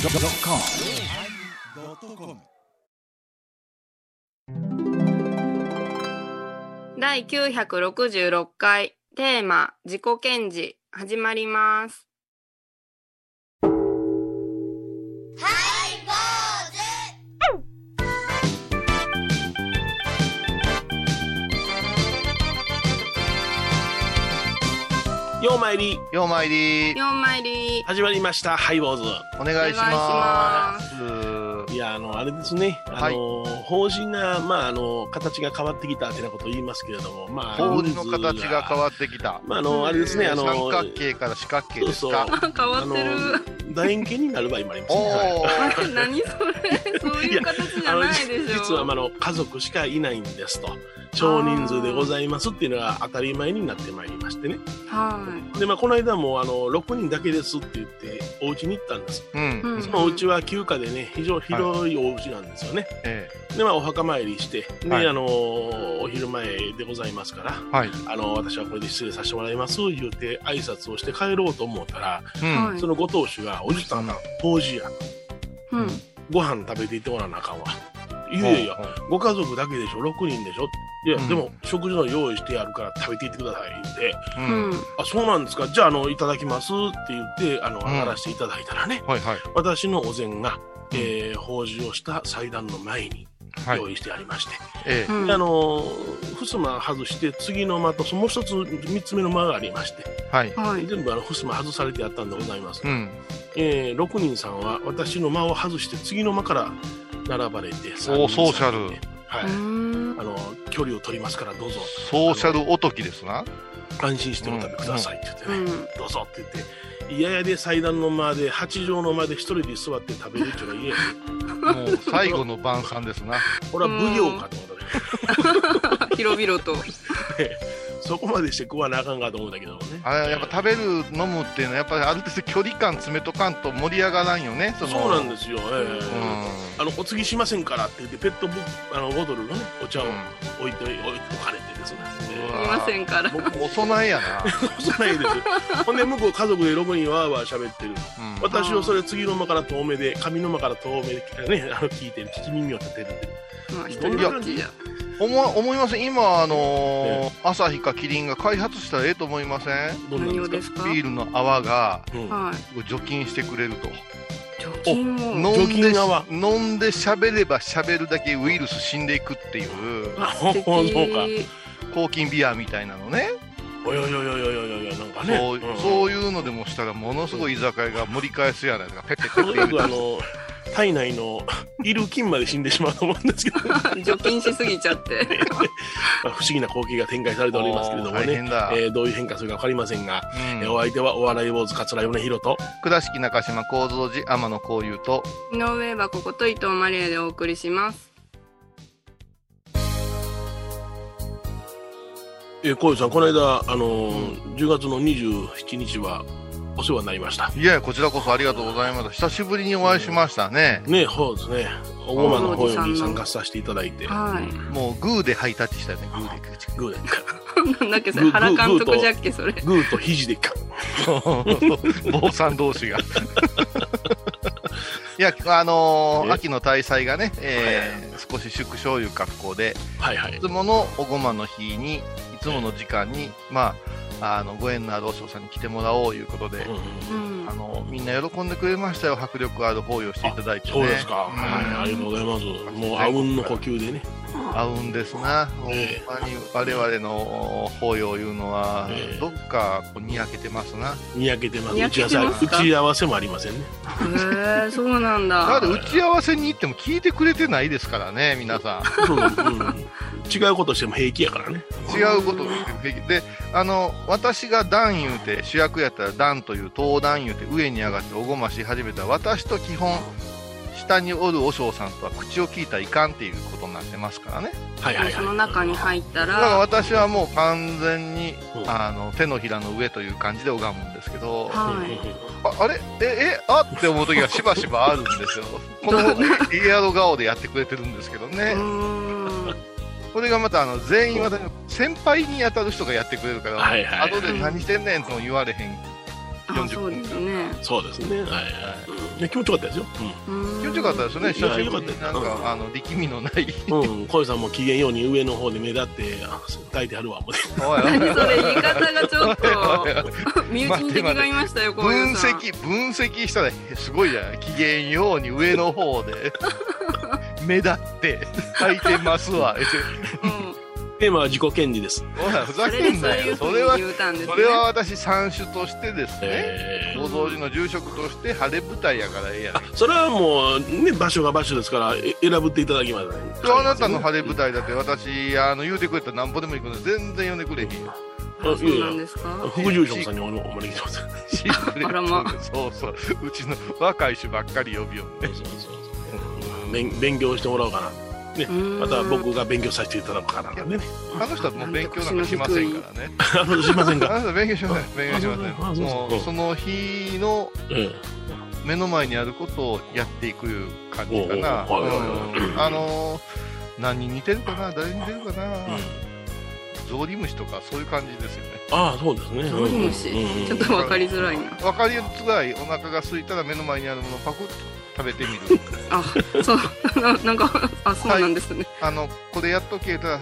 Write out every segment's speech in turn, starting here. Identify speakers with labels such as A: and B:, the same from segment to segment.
A: yosmir
B: 第966回テーマ自己顕示始まります
C: ようまいり
D: ようまいり
B: 4枚 入り
C: 始まりましたハイボーズ
D: お願いします
C: いやあのあれですねあの、法人がまああの形が変わってきたってなことを言いますけれどもまあ
D: 法事の形が変
C: っ
D: わってきた
C: まああのあれですねあの
D: 三角形から四角形ですか
C: そう
B: 変わってる
C: の楕円形になる場合もありますね はい
D: お
B: あ
D: ー
B: れ何それそういう形じ
C: あ
B: ゃ
C: の
B: ない
C: 実
B: でしょ
C: 実はまああの家族しかいないんですと少人数でございますっていうのが当たり前になってまいりましてね
B: はい
C: でまあこの間もあの6人だけですって言ってお家に行ったんです
D: う
B: うん
D: ん
C: そのお家は休暇でね非常広いお家なんですよね、
D: え
C: でまあお墓参りしてで、
D: はい
C: あのお昼前でございますから
D: えはい
C: あの私はこれで失礼させてもらいます言うて挨拶をして帰ろうと思ったら、
D: うん
B: はい
C: そのご当主が「おじさんな法事や
B: うん
C: ご飯食べていってもらわなあかんわ」いやいや
D: や
C: ご家族だけでしょ6人でしょいや、
D: うん
C: でも食事の用意してあるから食べていってください言って
D: う
B: うんん
C: 「あそうなんですかじゃああのいただきます」って言ってあの
D: ん
C: 上がらせていただいたらね、
D: はいはい
C: 私のお膳が、えー法事をした祭壇の前に
D: はい
C: 用意してありまして、
D: ええ
B: うん
C: あのー襖外して次の間とそのもう一つ3つ目の間がありまして
D: はい
B: はい
C: 全部あの襖外されてあったんでございます、
D: うん
C: えー、6人さんは私の間を外して次の間から並ばれて
D: おー
C: 3人
D: ソーシャル
C: 3人では
B: う
C: い、
B: ん
C: あの距離を取りますからどうぞ
D: ソーシャルおときですな
C: 安心してお食べくださいって言ってね、
B: うん
C: どうぞって言っていややで祭壇の間で八畳の間で一人で座って食べるっていうのは嫌や
D: もう最後の晩餐ですな
C: これは奉行かと思ったね、
B: 広々と
C: そこまでして食わなあかんかと思うんだけどね
D: あれやっぱ食べる飲むっていうのはやっぱりある程度距離感詰めとかんと盛り上がらんよねその
C: そうなんですよ、ええ
D: うん
C: あのお継ぎしませんからって言ってペットボあのボトルのねお茶を
D: う
C: 置いて、置いておかれてですね、
D: うわ
B: いませんから
C: 僕
D: んお供えやな
C: 幼いですほんで向こう家族で6人わーわー喋ってる
D: うん
C: 私をそれ次の間から遠目で上の間から遠目で、ね、あの聞いてる聞き耳を立てる
B: まあ一人ぼっちじゃ
D: 思わ思いません今あのー朝日かキリンが開発したらええと思いません
C: どん
B: 何
C: な
B: を
C: んで
B: ですすか
D: ビールの泡が
C: か、
B: はい
D: 除菌してくれると
B: 貯金を
D: 飲ん
C: 除
D: で
C: 菌泡
D: 飲んで喋れば喋るだけウイルス死んでいくっていう
C: うん、あほんほんそうか
D: 抗菌ビアみたいなのね
C: およよよよよよよなんかね
D: そう
C: うん
D: そういうのでもしたらものすごい居酒屋が盛り返すやないですかペッペ
C: と
D: ペ
C: に
D: ッ
C: か
D: ペペ
C: くあの体内のいる菌まで死んでしまうと思うんですけど不
B: 除菌しすぎちゃ って
C: 思議な光景が展開されておりますけれども
D: 大
C: ね
D: 変だ、
C: えーどういう変化するか分かりませんが、えー
D: うん
C: お相手はお笑い坊主桂米宏と
D: 倉敷中島幸三寺天野幸雄と
B: 井上はここと伊藤マリアでお送りします
C: えー、こういうさん、この間、あのー10月の27日はお世話になりました。
D: いやいやこちらこそありがとうございます久しぶりにお会いしましたね、
C: ね、そうですね。大間の方
B: あー
C: に参加させていただいて。
B: はい
D: もうグーでハイタッチしたよねグーで
C: グーで、
B: なんだっけそ
C: グ
B: れ
C: ー
B: 原監
C: グー
B: 督
C: と
B: じゃっけそれ
C: グーと肘でか。
D: 坊さん同士 が。いや、あのー
C: え
D: 秋の大祭がね、えー少し縮小いう格好で、
C: はいはいい。
D: つものおごまの日に、いつもの時間に、まあ、あの、ご縁のあるお師匠さんに来てもらおういうことで
C: うん、うん
B: うん
D: あの、みんな喜んでくれましたよ、迫力ある抱擁していただいて、ね。
C: そうですか、
D: ん
C: はい。ありがとうございます。もう、あうんの呼吸でね。
D: 合うんですな。ほん
C: え
D: まに我々の抱擁いうのは
C: え、え
D: どっかこうにやけてますな。
C: にやけてます。
B: にや
C: 打
B: け
C: ち合
B: て
C: わせ、
B: ますか
C: 打ち合わせもありませんね。
B: へえそうなん
D: だ
B: だ
D: って打ち合わせに行っても聞いてくれてないですからね、皆さん。
C: うんうん違うことしても平気やからね。
D: 違うことであの私が段言うて主役やったら段という登段言うて上に上がっておごまし始めた私と基本下におる和尚さんとは口を聞いたらいかんっていうことになってますからね
C: はいはいはい。
B: その中に入った
D: だから
B: ら
D: 私はもう完全に
C: うん
D: あの手のひらの上という感じで拝むんですけどあ
C: うんうん
B: は
D: あれええあって思う時がしばしばあるんですよこのエアロ顔でやってくれてるんですけど
B: いう
D: ね
B: ーん
D: これがまたあの全員私の先輩に当たる人がやってくれるから、
C: はいはい
D: 後で何してんねんとも言われへん
B: あ、そうですね。
C: そうですね。はいはい。いや気持ちよかったですよ。
B: うーん
D: 気持ちよかったですね、
C: いや
D: 久しぶ
C: よ
D: りに
C: か
D: な
C: った
D: ん
C: ようん
D: か、あの、力み のない。
C: うん。うん。小さんも機嫌ように上の方で目立って、あ抱いてはるわ、もうね。
D: おいおい
B: 何それ言い方がちょっ
D: おいおい
B: と身内に敵がいましたよ、こうい
D: 分
B: うさん。
D: 析、分析したら、すごいじゃん。機嫌ように上の方 で、目立って、履いてます わ。言うて
B: うん。
C: テーマは自己権利です。
D: おい、ふざ
B: それ
D: け
B: で
D: ん
B: そう
D: な
B: いう
D: よ。
B: ふ
D: そうれは
B: に、言うたんですね
D: そ。れは私、三種としてですね、
C: えー
D: お堂寺の住職として、晴れ舞台やからええやん。
C: それはもう、ね、場所が場所ですから、え選ぶっていただきますね。
D: あなたの晴れ舞台だって、私、あの、言うてくれたらなんぼでも行くの全然呼んでくれへんよ。
B: あそうなんですか。
C: 副住職さんにおお招きします。そう
D: あ
B: あらま
D: そうそううちの若い種ばっかり呼びよん
C: そ
D: ね
C: うそう勉勉強してもらおうかな。また僕が勉強させていただくからなんでね。
D: あの人はもう勉強なんかしませんからね
C: あの、すいません
D: あの
C: が。
D: 人は勉強しません勉強し
C: あ
D: ま
C: あ
D: せん
C: そう
D: も
C: そう
D: うその日の
C: え
D: 目の前にあることをやっていくいう感じかな
C: おうおうはいはいはい
D: うんあの何に似てるかな誰に似てるか
C: えうん
D: なゾウリムシとかそういう感じですよね
C: ああ、そうですね。
B: ゾウリムシ
C: うんうん
B: ちょっとわかりづらいな。
D: 分かりづらいお腹が空いたら目の前にあるものをパクッと食べてみる
B: あ、そう、 ななんか、あ、そうなんですね。
D: あのこれやっとけたら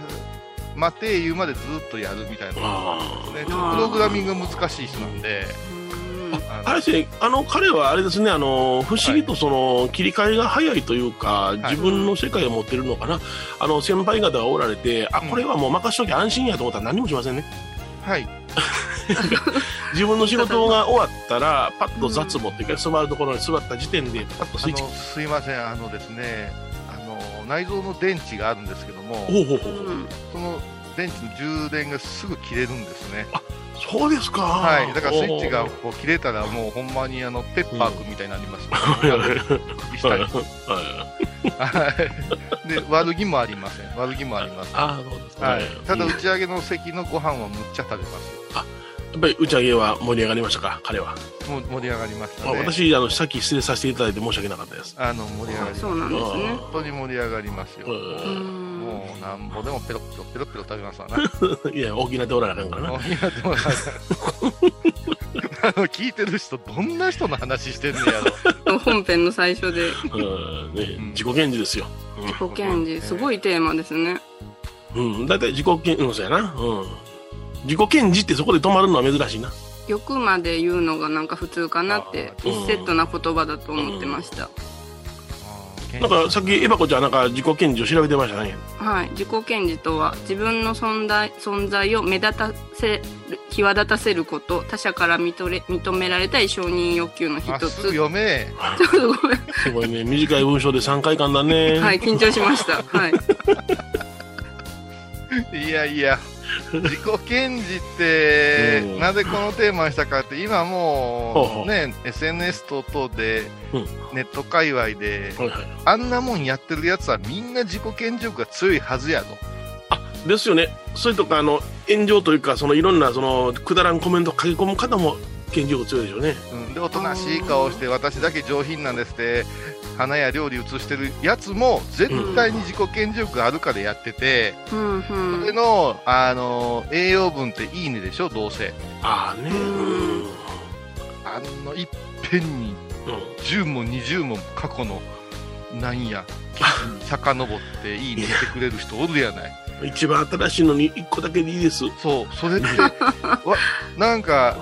D: 待て言うまでずっとやるみたいな
C: あ
D: ね、ちょっとプログラミングが難しい人なんで、
B: うーん
D: あ
C: あ。あ
D: の
C: れですね、あの、彼はあれですね、あの、不思議とその、切り替えが早いというか、自分の世界を持ってるのかな。あの、先輩方がおられて、あ、
D: うん
C: これはもう任しときゃ安心やと思ったら何もしませんね。
D: はい、
C: 自分の仕事が終わったら、パッと雑務っていうか、座るところに座った時点で、パッと
D: あ
C: スイッチ。
D: のすいません、あのですねあの、内蔵の電池があるんですけども、
C: ほうほうほう。
B: うん
D: その電池の充電がすぐ切れるんですね、
C: そうですか。
D: はい、だからスイッチがこう切れたら、もうほんまにあのペッパーくんみたいになります、
C: はいはいはい
D: びしたりはいで悪気もありません、悪気もありません。
C: ああ、そうですか。
D: は
C: はいい、。
D: ただ
C: うん
D: 打
C: や
D: ち上げの席のご飯はむっちゃ食べます。
C: っぱり打ち上げは盛り上がりましたか、彼は。
D: もう盛り上がりました
C: あ
D: ね。
C: 私あの、さっき失礼させていただいて申し訳なかったです。
D: あの盛り上が
B: あ
D: り、
B: そ
D: 本
B: うなんですね。
D: 当に盛り上がりますよ。
B: う
C: う
B: ーん
D: もうなんぼでもペロッペロペロペロ食べますわな。
C: んいや、大きな手おらなあかんからな。
D: もう今でもなんかあの聞いてる人どんな人の話してんねやろ。
B: 本編の最初で
C: うんね
D: ん
C: 自己検事ですよ。
B: 「保健児」すご
D: い。
B: いテーマですね
C: うん、だいたい自己検事、うん、そうやな。うん。自己検事ってそこで止まるのは珍しいな。
B: 欲まで言うのがなんか普通かなって
D: あー
B: 一セットな言葉だと思ってました、
C: なんかさっきエバコちゃんなんか自己検事を調べてましたね。
B: はい自己顕示とは自分の存在存在を目立たせる際立たせること他者から認れ認められたい承認欲求の一
D: まっすぐ
B: つち
D: 読め。
B: ょっとごめん
C: すごいね、 短い文章で3回間だ ね。
B: はい緊張しましたはい
D: いやいや。自己検事って、
C: うん
D: なぜこのテーマにしたかって今
C: ほう
D: も
C: ほう
D: うね SNS 等々で、
C: うん
D: ネット界隈で
C: はいはい
D: あんなもんやってるやつはみんな自己顕示欲が強いはずやと
C: ですよね、それとかあの炎上というか、そのいろんなそのくだらんコメントを書き込む方も、権力強いでしょうね。
D: うん、でおとなしい顔して私だけ上品なんですって花や料理移してるやつも絶対に自己顕示欲があるかでやってて、
B: うんう
D: それ
B: ん
D: の、あの栄養分っていいねでしょどうせ
C: ああね、うん、うん、
D: あのいっぺんに10問20問過去のな んや遡っていいねしてくれる人おるやない
C: 一番新しいのに一個だけでいいです。
D: そうそれって わなんか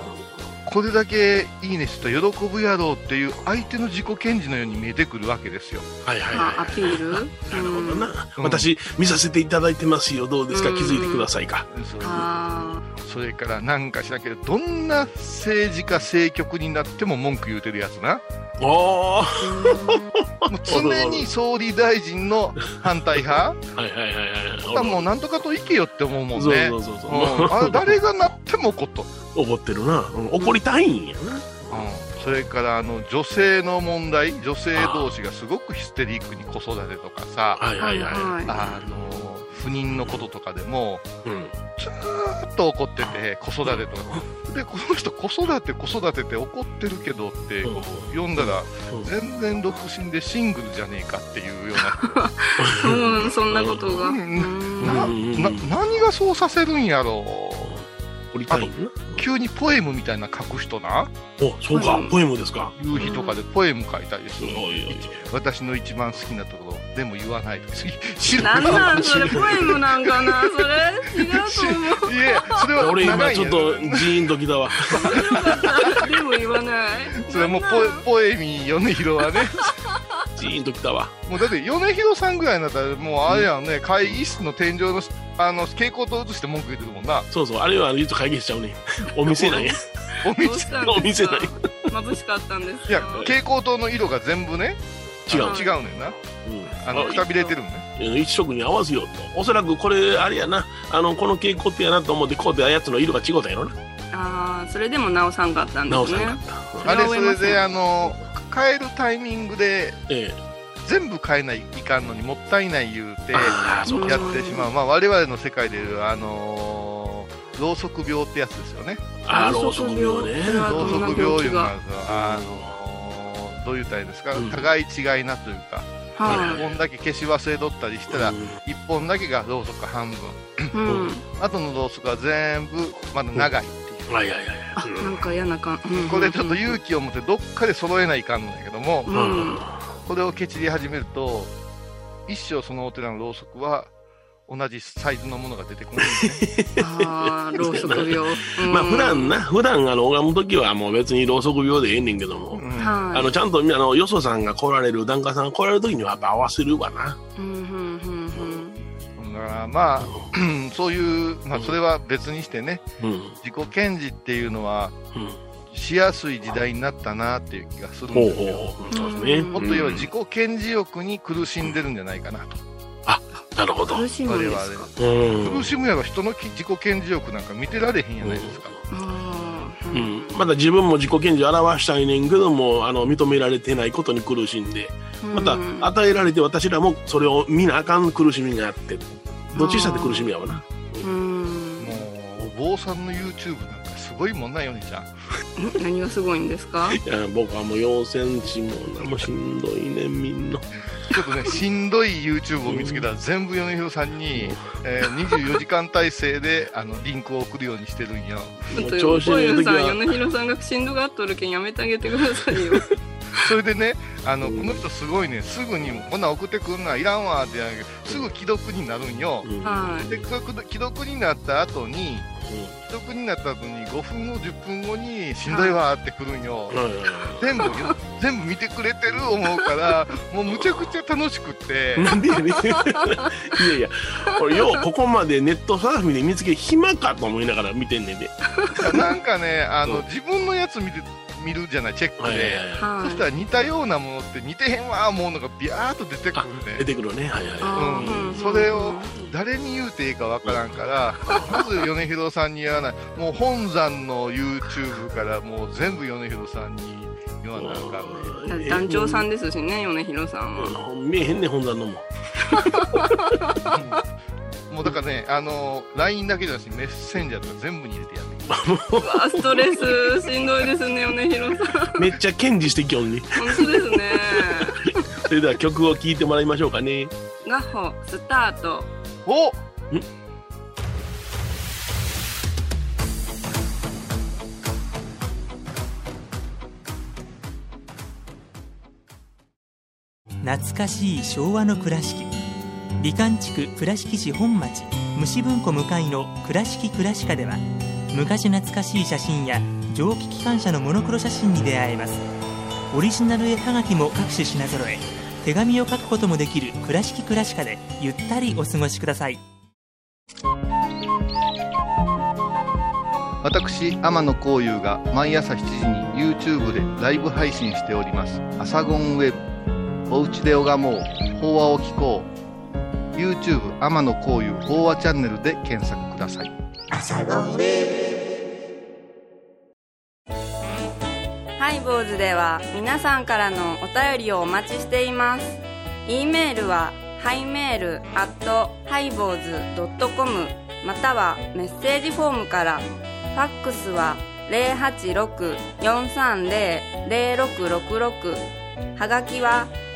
D: これだけいいねしたら喜ぶやろうっていう相手の自己顕示のように見えてくるわけですよ
C: はいはい
B: あア
C: はい。
B: ピール
C: なるほど
B: うん
C: な、
D: うん
C: 私見させていただいてますよどうですか
B: うん
C: 気づいてくださいか、
D: そう
B: あ
D: それからなんかしなければどんな政治家政局になっても文句言うてるやつな
C: おお
B: ーうん
D: もう常に総理大臣の反対 派
C: はいはいはいはい
D: もうなんとかといけよって思うもん
C: そう
D: ね
C: そうそうそう
D: う、んあ誰がなっても怒っとる、
C: 怒ってるな、うん怒りたいんやな
D: うん、それからあの女性の問題女性同士がすごくヒステリックに子育てとかさ
C: はいはいはい、
B: はいは
D: あの不妊のこととかでも
C: うん、
D: ずっと怒ってて子育てとかでこの人子育て子育てって怒ってるけどって読んだら
C: うん
D: 全然独身でシングルじゃねえかっていうよう
B: うん、そんなことが。
D: う
B: うんん
D: な な
C: うん
D: な何がそうさせるんやろ
C: 怒りたいんやな
D: う急にポエムみたいなの書く人な、
C: おそうか、
B: うん
C: ポエムですか
D: 夕日とかでポエム書いたりす
C: す
D: るの。
C: ごいよ
D: 私の一番好きなところ、でも言わないとか。知ら
B: なん
D: ない。
B: なんそれ、ポエムなんかなそれ違うと思う。
D: いや、それは
C: 俺今
D: 長い
C: ち
D: ん
C: ょっ
D: や
C: とジーンときたわ
B: 面白かった。でも言わない。
D: それはもう
B: なんなん
D: ポエポエミー米広はね、
C: ジーンときたわ
D: もうだって米広さんぐらいになったら、もうあれやんね、会議室の天井のあの蛍光灯映して文句言ってるもんな、
C: そうそうあれは言うと会議しちゃうねお店なんや
D: お店
B: どうしたん
C: お
B: で
C: 店
B: す
C: ない
B: か眩しかったんです
D: い
B: よ
D: や、蛍光灯の色が全部ね、
C: 違う、
B: うん
D: 違うねんな、
C: うん、
D: あのくたびれてるもんね。
C: えー一色に合わせようとおそらくこれあれやなあのこの蛍光ってやなと思ってこうであやつの色が違うたんやろな
B: ああ、それでも直さんかったんで
C: 直
B: す
C: さん
B: ね
C: か。った、うん
D: あれ、それ
B: 違い
D: で、
B: ま
D: あの、変えるタイミングで、
C: ええ
D: 全部変えないいかんのにもったいない言うて、や
C: ああそうか
D: ってしまう。まあ、我々の世界でいう、あのー、ろうそく病ってやつですよね。
C: あろうそく病ね
B: ろあ
D: ろう
B: ど
D: そ
B: んな病気
D: く
B: が
D: 病いうのは、あのー、どう言ったらいいですか、
C: うん
D: 互い違いなというか、
B: は
D: 一本だけ消し忘れとったりしたら、一本だけがろうそく半分、
B: い。うん。
D: あとのろうそくは全部、まだ長いっていう。
C: うんはいはいはい
B: あ、なんか嫌な感じ。
D: これちょっと勇気を持ってどっかで揃えないかんのやけども、
B: う
C: うんん。
D: これをケチり始めると一生そのお寺のろうそくは同じサイズのものが出てこないんですね
B: ああ、ろうそく病。うん
C: まあ普段。な普段あの拝む時はもう別にろうそく病でええねんけども、
D: うん
B: はい。
C: あのちゃんとあのよそさんが来られる檀家さんが来られる時にはやっぱ合わせるわな
B: うんうんうんうん
D: だからまあそういう、まあ、それは別にしてね
C: うんうん
D: 自己検事っていうのは
C: うん
D: しやすい時代になったなっていう気がするん
C: ほう
D: です
C: ほう
D: けど
C: ほうそうですね、
B: うん
D: もっと言えば自己顕示欲に苦しんでるんじゃないかなと、
C: なるほど、
B: 苦しむんですか。
C: うん
D: 苦しむやろ人のき自己顕示欲なんか見てられへんやないですか、
B: あー
C: うん、まだ自分も自己顕示を表したいねんけどもあの認められてないことに苦しんでまた
B: うん
C: 与えられて私らもそれを見なあかん苦しみがあってどっちにしたって苦しみやわな
B: うん
D: もうお坊さんの YouTube なんかすごいもんなよねちゃん
B: ん何がすごいんですか
C: いや僕はもう4センチも何もしんどいねんみんな
D: ちょっとね、しんどい YouTube を見つけたら、全部米広さんに、えー、24時間体制であのリンクを送るようにしてるんよ。
B: ちょっ
C: もう
B: と
C: 調子
B: ポ
C: のいい
B: ユン
C: 時
B: さん、
C: は
B: 米広さんがしんどがっとるけんやめてあげてくださ いよ。
D: それでね、あの
C: う
D: こ
C: ん
D: の人すごいね、すぐに、こんなん送ってくんなんいらんわってやるけど、すぐ既読になるんよ
C: う。ん
B: はい。
D: で、既読既読になった後に、既読になった後に、5分後、10分後に、しんどいわってくるんよ
C: うん。はいはいは
D: 全部、全部見てくれてる 思うから、もうむちゃくちゃ楽しくって
C: い。なんでや ねんいやいや俺ようここまでネットサーフィンで見つけ暇かと思いながら見てんねんで、
D: なんかね、あ
C: う
D: の
C: ん
D: 自分のやつ見て見るじゃない、チェック
C: はいはい
D: で。
C: は
B: は
D: そしたら似たようなものって似てへんわもうのがビャーっと出てく
C: い、
D: る
C: 出
D: ね
C: てくるねはいはい
B: あー
D: うん
B: うんうん
D: それを誰に言うていいかわからんからまず米広さんに言わないもう本山の YouTube からもう全部米広さんに言わなあかんね
B: だ団長さ
C: ん
B: んですしね、米広さんは。
C: 見えへんねん本山のも
D: もうだからねあの LINE だけじゃなしメッセンジャーとか全部に入れてやって
B: うわストレス、しんどいですね、米広さん。
C: めっちゃ堅持してきょんね
B: 本当ですね。
C: それでは曲を聴いてもらいましょうかね
B: ガホ、スタート。
D: お
A: 懐かしい昭和の倉敷美観地区倉敷市本町虫文庫向かいの「倉敷倉歯科」では昔懐かしい写真や蒸気機関車のモノクロ写真に出会えますオリジナル絵はがきも各種品揃え手紙を書くこともできる「倉敷倉歯科」でゆったりお過ごしください
D: 私天野幸雄が毎朝7時に YouTube でライブ配信しております「アサゴンウェブ」「おうちで拝もう法話を聞こう」YouTube 天野幸雄法話チャンネルで検索ください
B: ハイボーズでは皆さんからのお便りをお待ちしています。e メールはハイメールアットハイボーズドットコムまたはメッセージフォームから。ファックスは086-430-0666はがきは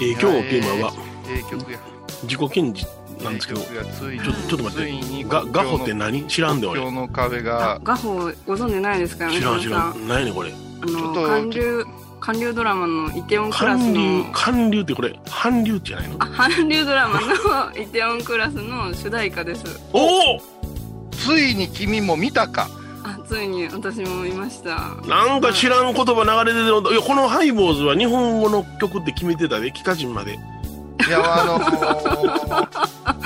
C: えー今日のテーマは
D: ええ曲や。
C: 自己顕示なんですけど、
D: え
C: ち
D: え曲やついに
C: ょちょっと待っ
D: つい
C: て、
D: に
C: ガガホって何知らんで
D: 国
C: 俺。
D: 境の壁
B: あ
D: が、
B: ガホご存知ないですからね
C: 知らん
B: 皆
C: 知
B: さ
C: ら
B: ん
C: ん。何やねんこれ。
B: あ
D: ちょ
B: の
D: っと
B: 韓流韓流ドラマのイテウォンクラス
C: 韓流
B: の、
C: 韓流ってこれ、韓流じゃないの
B: あ韓流ドラマのイテウォンクラスの主題歌です
C: おお
D: ついに君も見たか。
B: あついに私も見ました
C: なんか知らん言葉流れてるのいや、このハイボーズは日本語の曲って決めてたで、キカ人まで。
D: いや、あのー、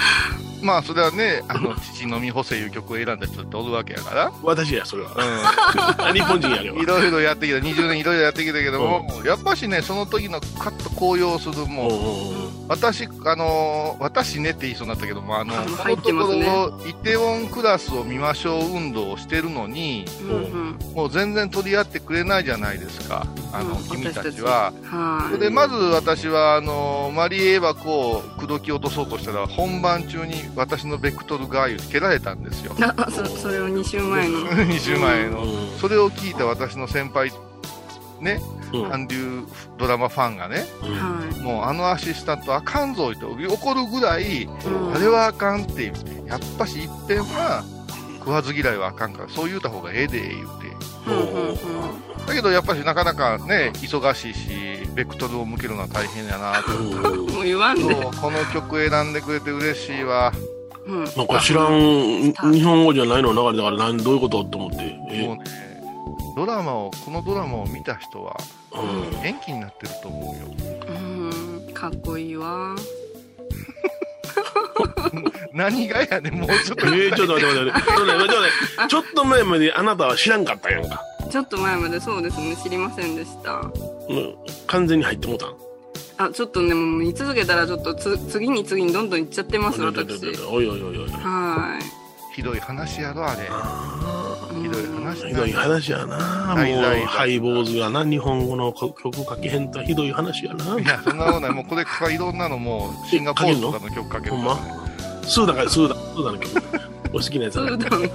D: まあ、それはね、あの、父のみ補正いう曲を選んだ人っておるわけやから。
C: 私や、それは。
D: う ん。
C: 日本人や けど
D: い。ろいろやってきた、20年いろいろやってきたけども、やっぱしね、その時のカッと高揚する、
C: おう
D: もう、
C: おうおう
D: 私、あのー私ねって言いそうになったけども、あの、
B: あ
D: こ
B: 入
D: の
B: って
D: と
B: ま
D: こ
B: すね
D: ろ、イテウォンクラスを見ましょう運動をしてるのに、
B: うんうん
D: もう全然取り合ってくれないじゃないですか、あの、
B: うん
D: 君たちは。
B: は
D: で、まず私は、あのーマリー・エヴァ子を口説き落とそうとしたら、本番中に私のベクトルが言って蹴られたんですよ
B: い。 あそそれを2週前の
D: 20前
C: う
D: の。
C: ん
D: それを聞いた私の先輩、ね、
C: うん
D: 韓流ドラマファンがね、
C: うん
B: は
D: もうあのアシスタントあかんぞって怒るぐらい、
B: い、うん
D: あれはあかんって言って、やっぱし一遍は食わず嫌いはあかんから、そう言うた方がええで、言うて。
B: うんうんうん
D: だけどやっぱしなかなかね、忙しいし、ベクトルを向けるのは大変やな と。
C: うん
B: もう言わんで、
D: そうこの曲選んでくれて嬉しいわ。
B: うん、
C: なんか知らん日本語じゃないの流れだからなんどういうことと思って、え
D: もうね、ドラマを、このドラマを見た人は
C: うん
D: 元気になってると思うよ。
B: うんかっこいいわ
D: 何がやねんもうちょっと。
C: えーちょっと待って待って待ってちょっと待って待ってちょっと前まであなたは知らんかったやんか、
B: ちょっと前までそうですね知りませんでした
C: うん、完全に入ってもうたん
B: あちょっとねもう見続けたらちょっとつ次に次にどんどん行っちゃってます私
C: おいおいおいおい
B: はい
D: ひどい話やろ、あれ。
C: あ
B: うん
D: ひどい話
C: ーひどい話やなも
D: はいう
C: ハイボーズがな日本語の曲書けへんとはひどい話やない
D: や、そんなことない。もうこれからいろんなのもう、シンガポールとかの曲かける
C: ほん
D: から
C: ま
D: ね
C: スーダからスーダスーダの曲お好きなやつ
B: そ
C: あ
B: う
C: る
B: だね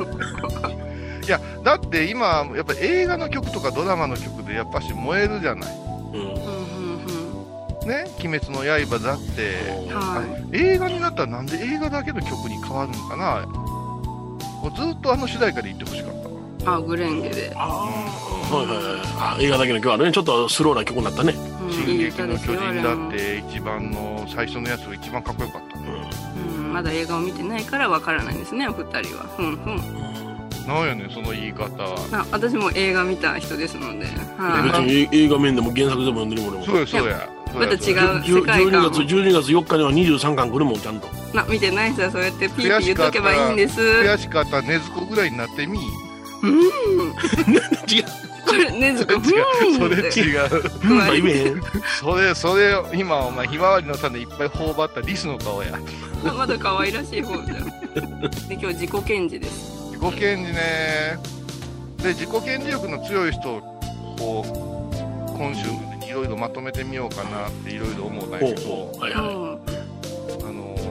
D: いや、だって今、やっぱ映画の曲とかドラマの曲でやっぱし燃えるじゃない。
C: うん
B: うん
D: ね、鬼滅の刃だって。
B: うんうんは
D: 映画になったらなんで映画だけの曲に変わるのかなもうずっとあの主題歌で言ってほしかったわ。
B: いあグレンゲで、
C: あーはいはいはいあ映画だけの曲あるねちょっとスローな曲になったね
B: うん、
D: 進
B: いい
D: 撃
B: 歌
D: の
B: です
D: 巨
B: よあれ
D: 人だ
B: も
D: っ、て一番の最初のやつが一番かっこよかったね。
B: うん、まだ映画を見てないからわからないですねお二人はうんうん
D: なんやねん、その言い方は。
B: あ私も映画見た人ですので
C: 別
B: はい
C: に映画面でも原作でも読んでるもん俺も
D: そうや、そうや。そうや
B: また違う
C: じゅ
B: 世界
C: 12
B: 観
C: 月12月4日には23巻来るもんちゃんと
B: な見てない人はそうやってピーピー言っとけばいいんです
D: 悔しかったら禰豆子ぐらいになってみ。
C: 違う
B: これねずこ
D: それ
B: うんって
D: 違う。
C: うんまあ言えへん
D: それ、それ、今お前、ひまわりの種いっぱい頬張ったリスの顔や。
B: まだ可愛らしい方じゃんで今日自己顕示です
D: 自己顕示ねで自己顕示力の強い人をこう今週までにいろいろまとめてみようかなっていろいろ思うんだ
C: ほ
D: け
C: うほう
D: ど
C: はい
B: うん
C: は
D: あのー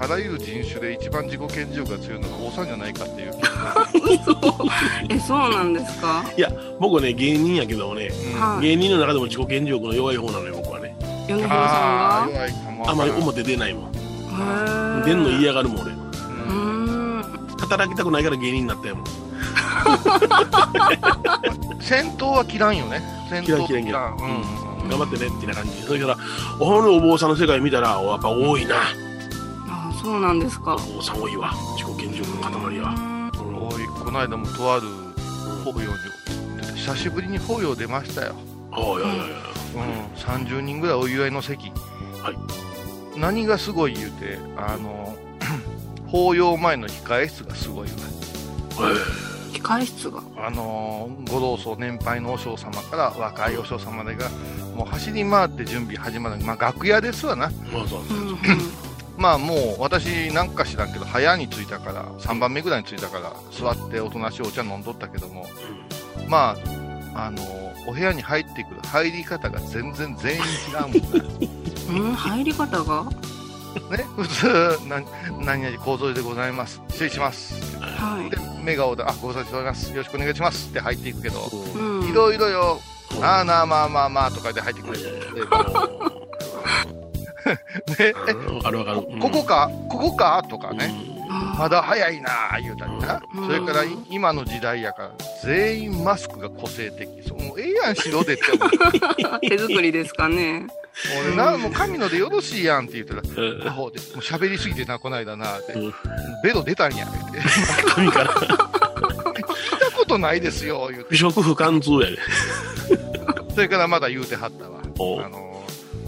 D: あらゆる人種で一番自己顕示力が強いのが王さんじゃないかっていう、
B: 嘘えそうなん ですか
C: い僕ね芸人やけどね
D: うん、
B: はい
C: 芸人の中でも自己顕示力の弱い方なのよ僕はね
B: 米広
D: あ
B: さ
D: ー弱いかも
C: あまり表出ないもん
B: んはへー
C: 出んの嫌がるもん俺
B: うーん
C: 働きたくないから芸人になったよもん
D: うん戦闘は切らんよね戦闘は
C: 嫌い嫌い嫌い
D: んうんうん
C: 頑張ってねってな感じそれからおのお坊さんの世界見たらやっぱ多いな
B: あーそうなんですか
C: お坊さん多いわ自己顕示力の塊はうん
D: おいこの間もとある法要に久しぶりに法要出ましたよ
C: ああいやいやいや
D: うん、30人ぐらいお祝いの席、何がすごい言うてあの 法要前の控え室がすごい
B: 控え室が
D: わあのご老僧年配の和尚様から若い和尚様までがもう走り回って準備始まる、まあ、楽屋ですわな
C: ええまあそう
B: うんうん
D: まあもう私なんか知らんけど早に着いたから3番目ぐらいに着いたから座っておとなしいお茶飲んどったけどもまああのお部屋に入ってくる入り方が全然全員違うもんね
B: うん、入り方が
D: ね普通な何々構造でございます失礼します
B: は
D: で目が合うであご無沙汰しておりますよろしくお願いしますって入っていくけど
B: い、うん、
D: いろいろよああなあまあまあまあとかで入ってくるねえ
C: わかるわかる。うん
D: ここかここかとかね
B: あ
D: まだ早いなあ言うたりな、
B: うん
D: それから今の時代やから全員マスクが個性的そうもうええやん白でって 思う
B: ー手作りですかね
D: 俺なもう神のでよろしいやんって言うたら
C: うんうん
D: 「ほうでもう喋りすぎてなこないだな」って
C: うん
D: 「ベロ出たんや」って「聞い
C: 神から
D: たことないですよ」言うて
C: 不織布貫通やね。
D: それからまだ言うてはったわ
C: お
D: あの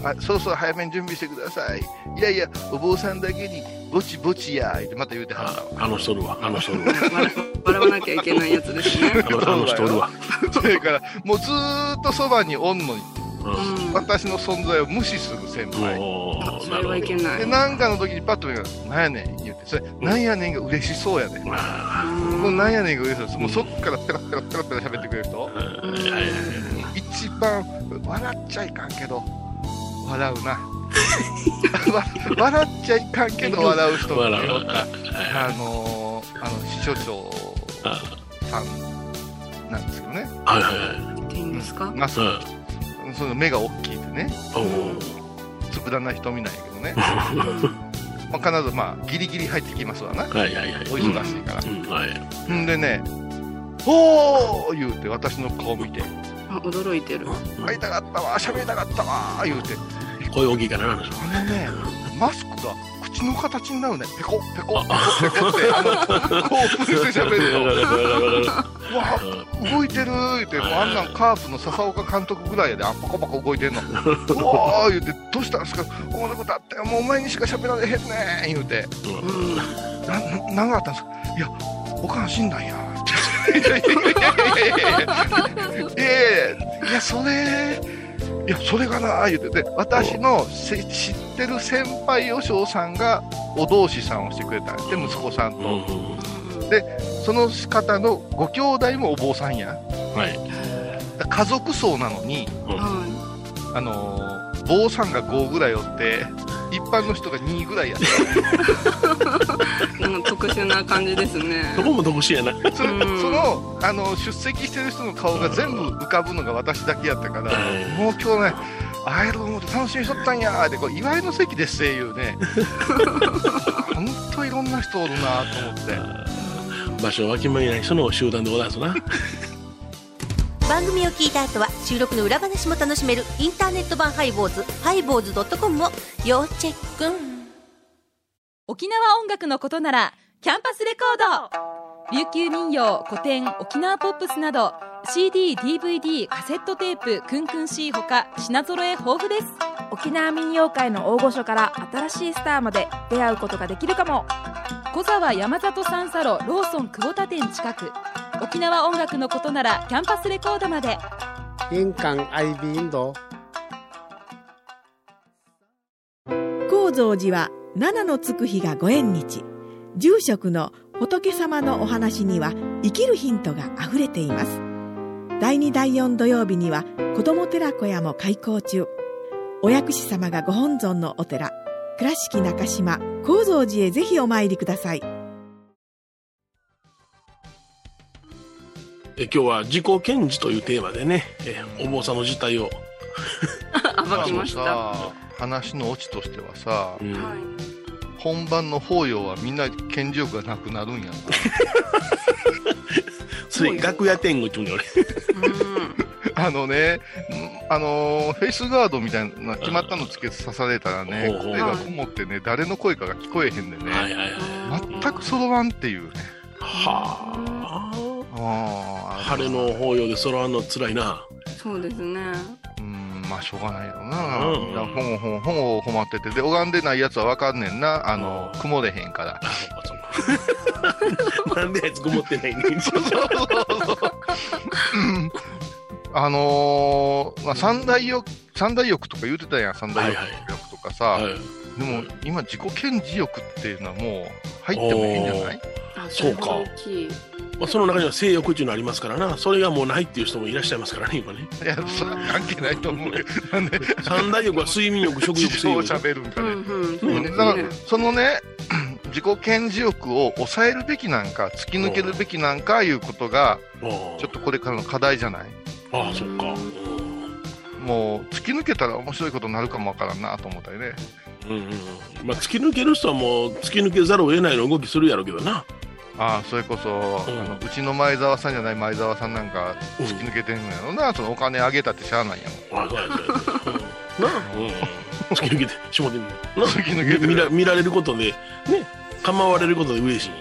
D: あそろそろ早めに準備してくださいいやいやお坊さんだけにぼちぼちや言うてまた言うてはった
C: あ
D: わ
C: あの人おるわ。あの人おるわ。
B: 笑笑わなきゃいけないやつですね
C: あのあの人おるわ。
D: それからもうずーっとそばにおんのに
C: うん
B: う
D: 私の存在を無視する先輩
C: お
B: ん
C: ー
B: そ
C: な
B: れ
C: るほ
B: はいけ
C: ど。
B: ない
D: で、
B: うん
D: なんかの時にパッと見たら、なんやねん言うて、それ、なんやねんが嬉しそうやねん。このなんやねんが嬉しそうです。もうそっからペラペラペラペラ喋ってくれると、
C: うんはいはいはい
D: 一番笑っちゃいかんけど、笑うな。わ笑っちゃいかんけど笑う人って
C: 笑うわ
D: あのー、あの、支所長
C: あ
D: さんなんですけどね。
C: はいはいはい
B: っていいんですか
D: マス
C: う
D: ク
C: ん
D: その目が大きいってね、
C: お
D: つぶらな瞳なんやけどね。
B: う
C: ー
B: ん
D: まあ、必ずまあ、ギリギリ入ってきますわな。
C: はいはいはい
D: お忙しいから。
C: うんはい
D: んでね、おー言うて私の顔見て、
B: あ驚いてる
D: 会いたかったわ、喋りたかったわ、言うて、
C: 声大きいかなあの人
D: あのね、マスクが口の形になるね、ペコペコペコペコって、あの、興奮して喋るの、うわ、動いてる言うて、もうあんなんカープの笹岡監督ぐらいやで、あ、パコパコ動いてんの、うわー言うて、どうしたんですか、おもろいことあったよ、もうお前にしか喋られへんねん、言うて、
B: うん
D: な、な、何があったんですか、いや、おかん死んだんや、っていやいやいやいやいや。ええいや、それ、いや、それがな、言うて、で、私のせ知ってる先輩、和尚さんが、お同志さんをしてくれたんで、息子さん
C: うんう
D: と。
C: ん
D: その方のご兄弟もお坊さんや。
C: はい
D: だ家族葬なのに、
B: は
D: あのー坊さんが5ぐらいおって、一般の人が2ぐらいやった。
B: いなんか特殊な感じですね
C: そこも特殊やな
D: そ
B: うん
D: その、あの、出席してる人の顔が全部浮かぶのが私だけやったから、
C: うん
D: もう今日ね、会えると思って楽しみにしとったんやーって、これ祝いの席ですってい うね、本当いろんな人おるなと思って。
C: 場所は決まりない人の集団でございますな
E: 番組を聞いた後は収録の裏話も楽しめるインターネット版ハイボーズハイボーズドットコムを要チェック
F: 沖縄音楽のことならキャンパスレコード琉球民謡古典沖縄ポップスなど CDDVD カセットテープクンクン C ほか品揃え豊富です
G: 沖縄民謡界の大御所から新しいスターまで出会うことができるかも
F: 小沢山里三佐路ローソン久保田店近く沖縄音楽のことならキャンパスレコードまで
H: 印鑑 IB インド
I: 高蔵寺は七のつく日がご縁日住職の仏様のお話には生きるヒントがあふれています第2第4土曜日には子ども寺小屋も開校中お薬師様がご本尊のお寺倉敷中島・高蔵寺へぜひお参りください
C: え今日は自己検事というテーマでねえお坊さんの事態
B: 暴
C: を
B: きましたは
D: あのさ話のオチとしてはさ、
C: うん
B: い
D: 本番の法要はみんな権力がなくなるんやな。
C: つい楽屋天狗って言うんだよ
D: あのね、うんあのーフェイスガードみたいな決まったのつけさされたらね
C: ほう、ほう
D: 声がこもってね、誰の声かが聞こえへんで
C: 俺はい
D: ね、
C: はいはい
D: 全く揃わんっていうね。
C: はあ
D: あー
C: 晴れの法要で揃わんのつらいな
B: そうですね
D: うんまあしょうがないよな、
C: うん
D: いやほんほんほんほんほまっててで拝んでないやつはわかんねんなあの、
C: うん
D: 曇れへ んから
C: あそうかそうかなんであいつこもってないねん
D: うんあのーまあ、三大欲三大欲とか言うてたやん三大欲とかさ、
C: はい
D: でも今自己顕示欲っていうのはもう入ってもいいんじゃない
C: そうか
B: 大きい
C: まあ、その中には性欲っていうのありますからなそれがもうないっていう人もいらっしゃいますからね今ね
D: いやそれは関係ないと思うよなんで
C: 三大欲は睡眠欲食欲性
D: 自を
C: 欲
D: 喋るん
B: う
D: かね、
B: んうん
C: う
D: ね
C: ん
D: だからそのね 自己顕示欲を抑えるべきなんか突き抜けるべきなんかいうことが
C: ああ
D: ちょっとこれからの課題じゃない
C: ああそっか
D: もう突き抜けたら面白いことになるかもわからんなと思ったよね
C: うんうんうんまあ突き抜ける人はもう突き抜けざるを得ないの動きするやろうけどな
D: ああそれこそ、う
C: うん
D: あのうちの前澤さんじゃない前澤さんなんか
C: うん
D: 突き抜けてんのやろな、そのお金あげたってしゃあないやもん
C: ああそうやそうやそうや うんなあうん突き抜けてしもてんねんな
D: 突き抜けてる
C: 見ら見られることでね構われることで嬉しいんや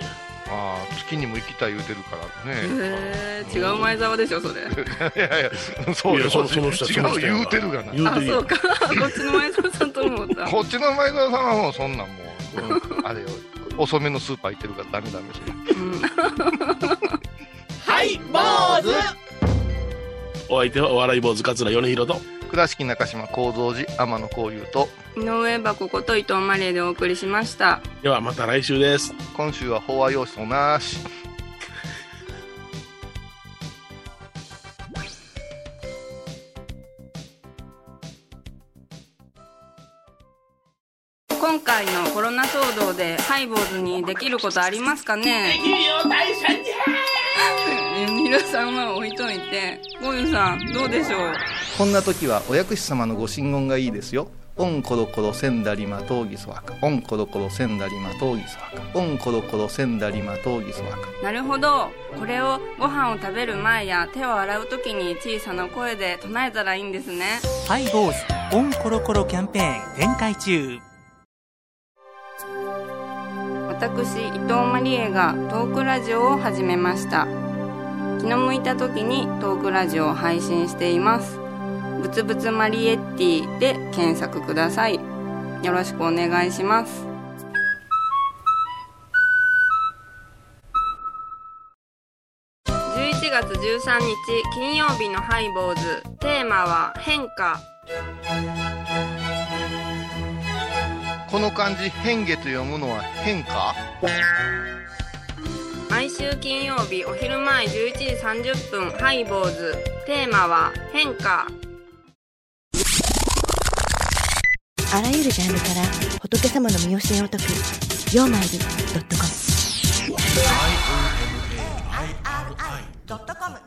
D: ああ月にも行きたい言うてるからね、
B: へえ違う前澤でしょそれ
D: いやいや、そう
C: い
D: よ、
C: やそその人はその
D: 違う
C: 人や
D: 言うてるがな。
C: 言う
B: あ
C: てるや
B: そう
C: ん
B: か こっちの前澤さんと思った
D: こっちの前澤さんはもうそんなんもう、あれよ、遅めのスーパー行ってるからダメダメ。
B: うん
J: はい坊主
C: お相手はお笑い坊主桂米広と
D: 倉敷中島幸三寺天野幸雄と、
B: 井上箱こと伊藤マレーでお送りしました
C: ではまた来週です
D: 今週は飽和要素なし。
B: 今回のコロナ騒動でハイボーズにできることありますか
J: で
B: ね
J: きるよ大社じゃ
B: 皆さんは置いといてゴユさんどうでしょう
D: こんな時はお薬師様のご神言がいいですよ。オンコロコロセンダリマトーギソワカ。オンコロコロセンダリマトーギソワカ。オンコロコロセンダリマトーギソワカ。
B: なるほどこれをご飯を食べる前や手を洗う時に小さな声で唱えたらいいんですね
A: ハイボーズオンコロコロキャンペーン展開中
B: 私伊藤マリエがトークラジオを始めました気の向いた時にトークラジオを配信していますぶつぶつマリエッティで検索くださいよろしくお願いします11月13日金曜日のハイボーズテーマは変化
D: この漢字、変化と読むのは変化
B: 毎週金曜日お昼前11時30分ハイボーズテーマは変化
E: あらゆるジャンルから仏様の身教えを解く「曜マイルドットコム」